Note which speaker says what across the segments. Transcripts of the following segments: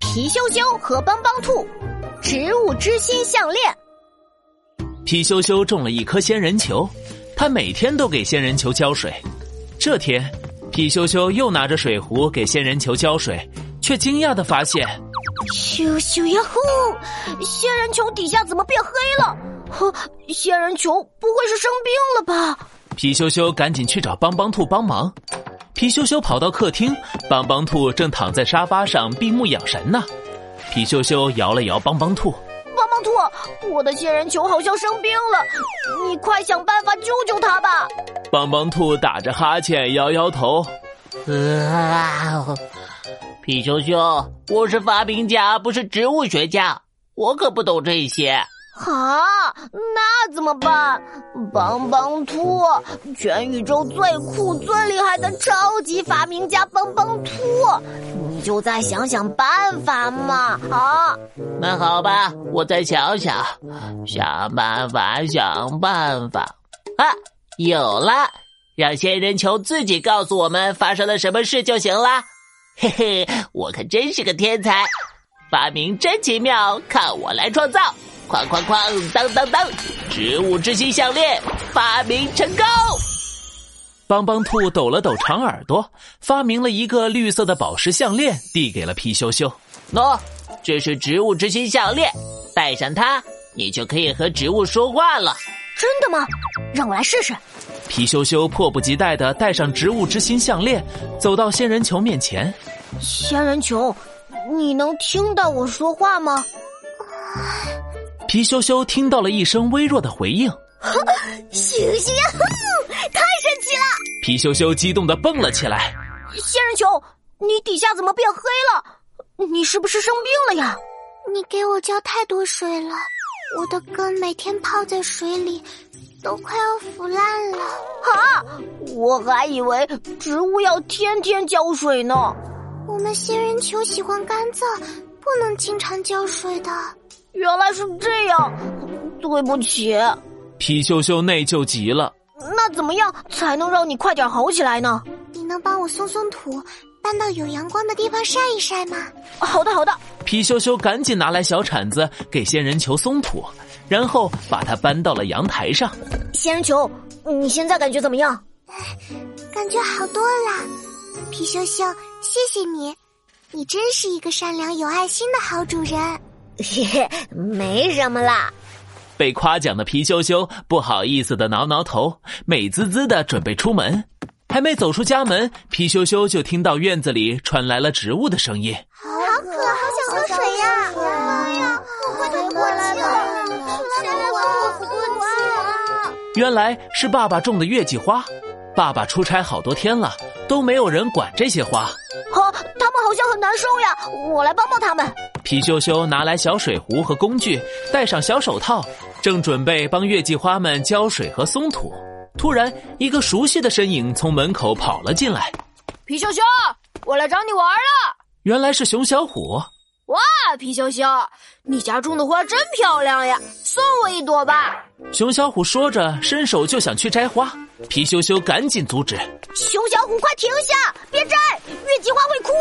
Speaker 1: 皮羞羞和帮帮兔植物之心项链。
Speaker 2: 皮羞羞种了一颗仙人球，他每天都给仙人球浇水。这天，皮羞羞又拿着水壶给仙人球浇水，却惊讶的发现，
Speaker 1: 咻咻呀呼！仙人球底下怎么变黑了？呵，仙人球不会是生病了吧？
Speaker 2: 皮羞羞赶紧去找帮帮兔帮忙。皮羞羞跑到客厅，帮帮兔正躺在沙发上闭目养神呢。皮羞羞摇了摇帮帮兔，
Speaker 1: 帮帮兔，我的仙人球好像生病了，你快想办法救救它吧！
Speaker 2: 帮帮兔打着哈欠摇摇头。
Speaker 3: 啊！皮羞羞，我是发明家，不是植物学家，我可不懂这些。
Speaker 1: 啊，那怎么办？帮帮兔，全宇宙最酷、最厉害的超级发明家帮帮兔，你就再想想办法嘛！啊，
Speaker 3: 那好吧，我再想想，想办法，想办法。啊，有了！让仙人球自己告诉我们发生了什么事就行啦。嘿嘿，我可真是个天才，发明真奇妙，看我来创造！哐哐哐，当当当！植物之心项链发明成功。
Speaker 2: 帮帮兔抖了抖长耳朵，发明了一个绿色的宝石项链，递给了皮羞羞。
Speaker 3: 喏、这是植物之心项链，戴上它，你就可以和植物说话了。
Speaker 1: 真的吗？让我来试试。
Speaker 2: 皮羞羞迫不及待的戴上植物之心项链，走到仙人球面前。
Speaker 1: 仙人球，你能听到我说话吗？
Speaker 2: 皮羞羞听到了一声微弱的回应，
Speaker 1: 行行呀，呼！太神奇了！
Speaker 2: 皮羞羞激动的蹦了起来。
Speaker 1: 仙人球，你底下怎么变黑了？你是不是生病了呀？
Speaker 4: 你给我浇太多水了，我的根每天泡在水里，都快要腐烂了。
Speaker 1: 啊，我还以为植物要天天浇水呢。
Speaker 4: 我们仙人球喜欢干燥，不能经常浇水的。
Speaker 1: 原来是这样，对不起。
Speaker 2: 皮羞羞内疚极了。
Speaker 1: 那怎么样才能让你快点好起来呢？
Speaker 4: 你能帮我松松土，搬到有阳光的地方晒一晒吗？
Speaker 1: 好的，好的，
Speaker 2: 皮羞羞赶紧拿来小铲子给仙人球松土，然后把它搬到了阳台上。
Speaker 1: 仙人球，你现在感觉怎么样？
Speaker 4: 感觉好多了。皮羞羞，谢谢你，你真是一个善良有爱心的好主人。
Speaker 1: 嘿嘿，没什么啦。
Speaker 2: 被夸奖的皮羞羞不好意思的挠挠头，美滋滋的准备出门。还没走出家门，皮羞羞就听到院子里传来了植物的声音。
Speaker 4: 好渴，好想喝水呀！妈呀，我快都过期了，谁来帮我补补啊？
Speaker 2: 原来是爸爸种的月季花。爸爸出差好多天了，都没有人管这些花。
Speaker 1: 好、哦他们好像很难受呀，我来帮帮他们。
Speaker 2: 皮羞羞拿来小水壶和工具，戴上小手套，正准备帮月季花们浇水和松土。突然，一个熟悉的身影从门口跑了进来，
Speaker 5: 皮羞羞，我来找你玩了。
Speaker 2: 原来是熊小虎。
Speaker 5: 哇，皮羞羞，你家种的花真漂亮呀，送我一朵吧。
Speaker 2: 熊小虎说着，伸手就想去摘花，皮羞羞赶紧阻止。
Speaker 1: 熊小虎，快停下，别摘，月季花会哭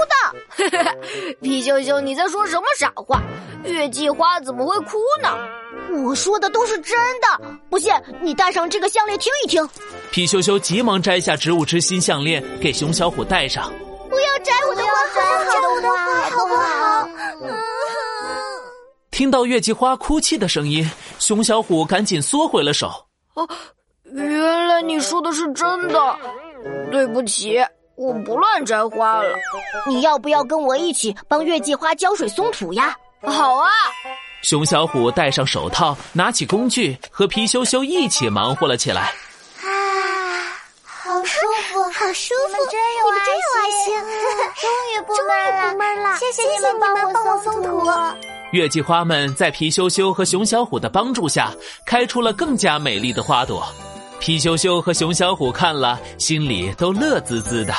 Speaker 1: 的。
Speaker 5: 皮羞羞，你在说什么傻话？月季花怎么会哭呢？
Speaker 1: 我说的都是真的，不信你戴上这个项链听一听。
Speaker 2: 皮羞羞急忙摘下植物之心项链给熊小虎戴上。
Speaker 1: 不要摘我的花，
Speaker 4: 我的花好不好？
Speaker 2: 听到月季花哭泣的声音，熊小虎赶紧缩回了手。
Speaker 5: 原来你说的是真的。对不起，我不乱摘花了。
Speaker 1: 你要不要跟我一起帮月季花浇水松土呀？
Speaker 5: 好啊，
Speaker 2: 熊小虎戴上手套，拿起工具，和皮羞羞一起忙活了起来。
Speaker 4: 啊，好舒服，好舒服！你们真
Speaker 6: 有
Speaker 4: 爱心， 终于不闷了，谢谢你们帮我松土。
Speaker 2: 月季花们在皮羞羞和熊小虎的帮助下，开出了更加美丽的花朵。皮羞羞和熊小虎看了，心里都乐滋滋的。